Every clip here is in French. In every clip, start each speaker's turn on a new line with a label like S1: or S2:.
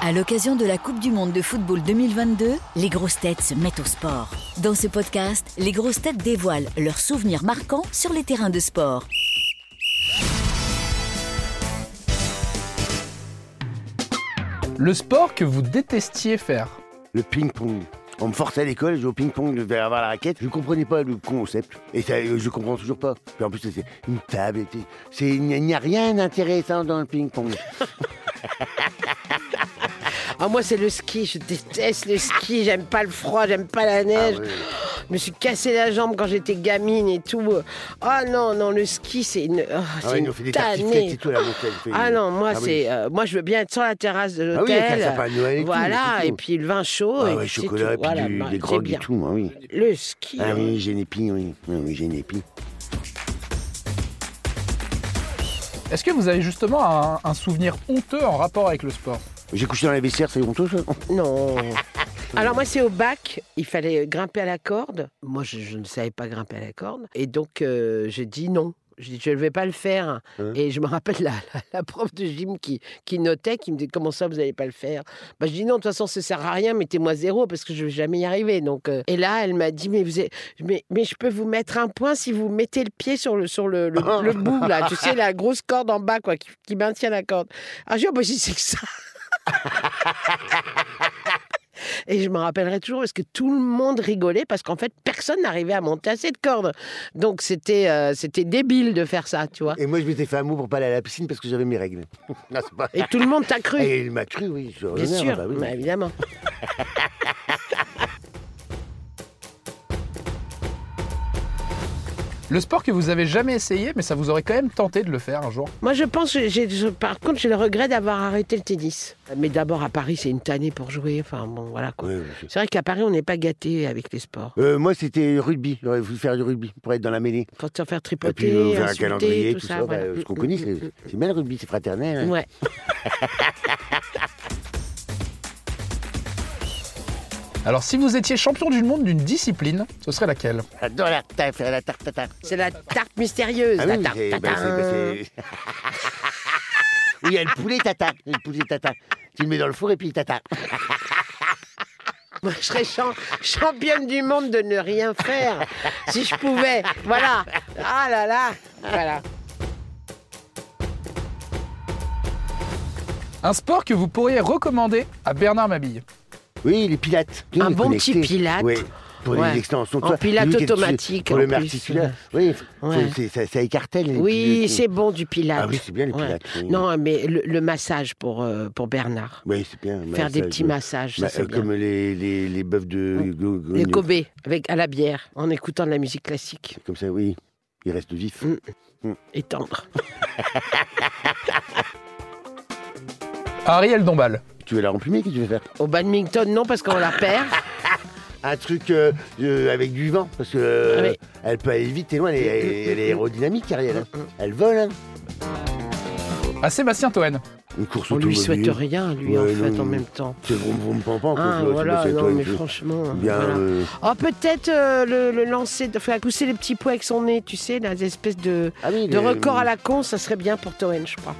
S1: À l'occasion de la Coupe du Monde de football 2022, les grosses têtes se mettent au sport. Dans ce podcast, les grosses têtes dévoilent leurs souvenirs marquants sur les terrains de sport.
S2: Le sport que vous détestiez faire.
S3: le ping-pong. On me forçait à l'école, je jouais au ping-pong, je devais avoir la raquette. Je comprenais pas le concept. Et ça, euh, je comprends toujours pas. Puis en plus, c'est une table. et c'est- c'est- Il n'y a- il n'y a rien d'intéressant dans le ping-pong.
S4: Ah, moi, c'est le ski. Je déteste le ski. J'aime pas le froid, j'aime pas
S3: Ah
S4: la neige. Je me suis cassé la jambe quand j'étais gamine et tout. Ah non, non, le ski, c'est une. oh,
S3: Ah
S4: c'est
S3: ouais, il
S4: une
S3: nous fait des tartiflettes
S4: tannée.
S3: et tout à la montagne. Il fait-
S4: Ah non, moi,
S3: Ah oui.
S4: c'est. euh, moi, je veux bien être sur la terrasse de
S3: Ah oui, avec
S4: l'hôtel.
S3: un sapin de Noël et tout,
S4: voilà,
S3: c'est tout.
S4: et puis le vin chaud.
S3: Ah
S4: et
S3: ouais,
S4: puis c'est
S3: chocolat, et
S4: tout.
S3: puis
S4: Voilà,
S3: du-
S4: bah,
S3: des
S4: c'est
S3: grogues et
S4: bien.
S3: tout, moi, oui.
S4: Le ski.
S3: Ah
S4: hein.
S3: oui, j'ai des pieds, oui. Ah oui, j'ai des pieds.
S2: Est-ce que vous avez justement un, un souvenir honteux en rapport avec le sport
S3: J'ai couché dans la vestiaire, c'est honteux, ça
S4: Non. Alors moi c'est au bac, il fallait grimper à la corde. Moi je, je ne savais pas grimper à la corde et donc euh, j'ai dit non. Je dis je ne vais pas le faire.
S3: Hein
S4: Et je me rappelle la, la, la prof de gym qui, qui notait, qui me dit comment ça vous n'allez pas le faire. Bah, je dis non de toute façon ça sert à rien, mettez-moi zéro parce que je vais jamais y arriver. Donc euh, et là elle m'a dit mais vous êtes- mais, mais je peux vous mettre un point si vous mettez le pied sur le sur le, le, le bout là, tu sais la grosse corde en bas quoi qui, qui maintient la corde. Ah je dis Ah, bah, si, c'est que ça. Et je me rappellerai toujours parce que tout le monde rigolait parce qu'en fait, personne n'arrivait à monter à cette corde. Donc c'était euh, c'était débile de faire ça, tu vois.
S3: Et moi, je m'étais fait un mot pour pas aller à la piscine parce que j'avais mes règles. non, Ah, c'est pas...
S4: Et tout le monde t'a cru.
S3: Et il m'a cru, oui. je
S4: Bien
S3: reviens,
S4: sûr,
S3: bah oui.
S4: bah, évidemment.
S2: Le sport que vous avez jamais essayé, mais ça vous aurait quand même tenté de le faire un jour.
S4: Moi, je pense, que j'ai- je- par contre, j'ai le regret d'avoir arrêté le tennis. Mais d'abord, à Paris, c'est une tannée pour jouer. Enfin, bon, voilà quoi.
S3: Ouais, ouais, c'est-
S4: C'est vrai qu'à Paris, on n'est pas gâté avec les sports.
S3: Euh, moi, c'était rugby. J'aurais voulu faire du rugby pour être dans la mêlée.
S4: Faut se faire
S3: Et puis,
S4: tripoter,
S3: euh, faire un
S4: insulter,
S3: calendrier,
S4: tout, ça.
S3: bah,
S4: voilà. Mm,
S3: ce qu'on connaît, c'est c'est bien le rugby, c'est fraternel. hein.
S4: Ouais.
S2: Alors si vous étiez champion du monde d'une discipline, ce serait laquelle
S3: J'adore la tarte, faire la tarte tatin.
S4: C'est la tarte mystérieuse.
S3: Ah
S4: la
S3: oui, mais
S4: tarte
S3: c'est- bah, c'est- bah,
S4: tatin.
S3: c'est- Oui, il y a le poulet tatin. Le poulet tatin. Tu le mets dans le four et puis il tatin.
S4: Moi, je serais cham- championne du monde de ne rien faire si je pouvais. Voilà. Ah là là. Voilà.
S2: Un sport que vous pourriez recommander à Bernard Mabille.
S3: Oui, les pilates. Tu sais,
S4: Un
S3: les
S4: bon
S3: connecter.
S4: petit pilate.
S3: Oui. Pour
S4: Ouais.
S3: les extensions.
S4: En
S3: toi,
S4: pilate
S3: lui qui est dessus,
S4: automatique,
S3: Pour
S4: en
S3: le
S4: plus.
S3: marticulaire. Oui, faut-
S4: Ouais.
S3: c'est- ça, ça écartèle. les
S4: Oui,
S3: petits-
S4: c'est bon du pilate.
S3: Ah oui, c'est bien les pilates. oui.
S4: Non, mais le, le massage pour, euh, pour Bernard.
S3: Oui, c'est bien.
S4: Faire des
S3: massage,
S4: petits
S3: oui.
S4: massages, ça,
S3: Ma-
S4: c'est
S3: euh,
S4: bien.
S3: Comme les, les, les bœufs de. go- go-
S4: Bah, Mm. Les
S3: go-
S4: Kobe, avec, à la bière, en écoutant de la musique classique
S3: Comme ça, oui. Ils restent vifs.
S4: Mm. et tendre.
S2: Ariel Dombal.
S3: Tu veux la remplumer Qu'est-ce que tu veux faire
S4: Au badminton, non, parce qu'on la perd.
S3: un truc euh, euh, avec du vent, parce que euh,
S4: Ah Mm, oui.
S3: elle peut aller vite et loin, elle est, elle est aérodynamique,
S4: Mm,
S3: Ariel. hein. Elle vole, hein.
S2: À Sébastien Toen.
S3: Une course
S4: On lui
S3: automobile.
S4: souhaite rien, lui, en
S3: Ouais,
S4: fait,
S3: non,
S4: en
S3: mais-
S4: même temps.
S3: C'est vroom vroom pam pam. quoi,
S4: Ah,
S3: tu vois,
S4: voilà,
S3: c'est pas ça,
S4: non,
S3: toi,
S4: mais
S3: tu-
S4: franchement.
S3: Bien,
S4: voilà.
S3: euh,
S4: Oh, peut-être euh, le, le lancer, de, faire pousser les petits pois avec son nez, tu sais, là, des espèces de,
S3: ah oui,
S4: de
S3: les-
S4: record à la con, ça serait bien pour Toen, je crois.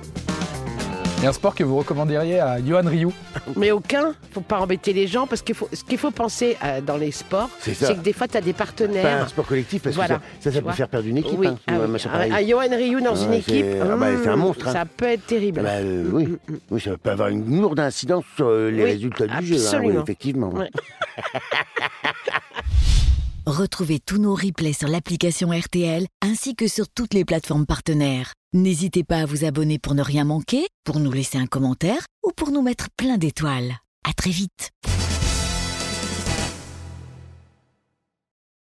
S2: Et un sport que vous recommanderiez à Johan Rioux.
S4: Mais aucun, faut pas embêter les gens, parce qu'il faut, ce qu'il faut penser euh, dans les sports,
S3: C'est ça.
S4: c'est que des fois, tu as des
S3: Pas un
S4: partenaires.
S3: sport collectif, parce
S4: Voilà,
S3: que ça, ça, ça
S4: tu
S3: peut
S4: vois.
S3: faire perdre une équipe.
S4: oui,
S3: hein,
S4: ah
S3: un
S4: oui.
S3: machin
S4: Ah,
S3: pareil.
S4: à Johan Rioux dans
S3: Ah,
S4: une
S3: c'est-
S4: équipe,
S3: ah bah, c'est un
S4: hum,
S3: monstre, hein.
S4: ça peut être terrible.
S3: Ah bah, euh, oui. oui, ça peut avoir une lourde incidence sur euh, les
S4: Mm, Oui,
S3: résultats du jeu, hein, oui,
S4: absolument.
S3: effectivement.
S4: Ouais.
S1: Retrouvez tous nos replays sur l'application RTL ainsi que sur toutes les plateformes partenaires. N'hésitez pas à vous abonner pour ne rien manquer, pour nous laisser un commentaire ou pour nous mettre plein d'étoiles. À très vite.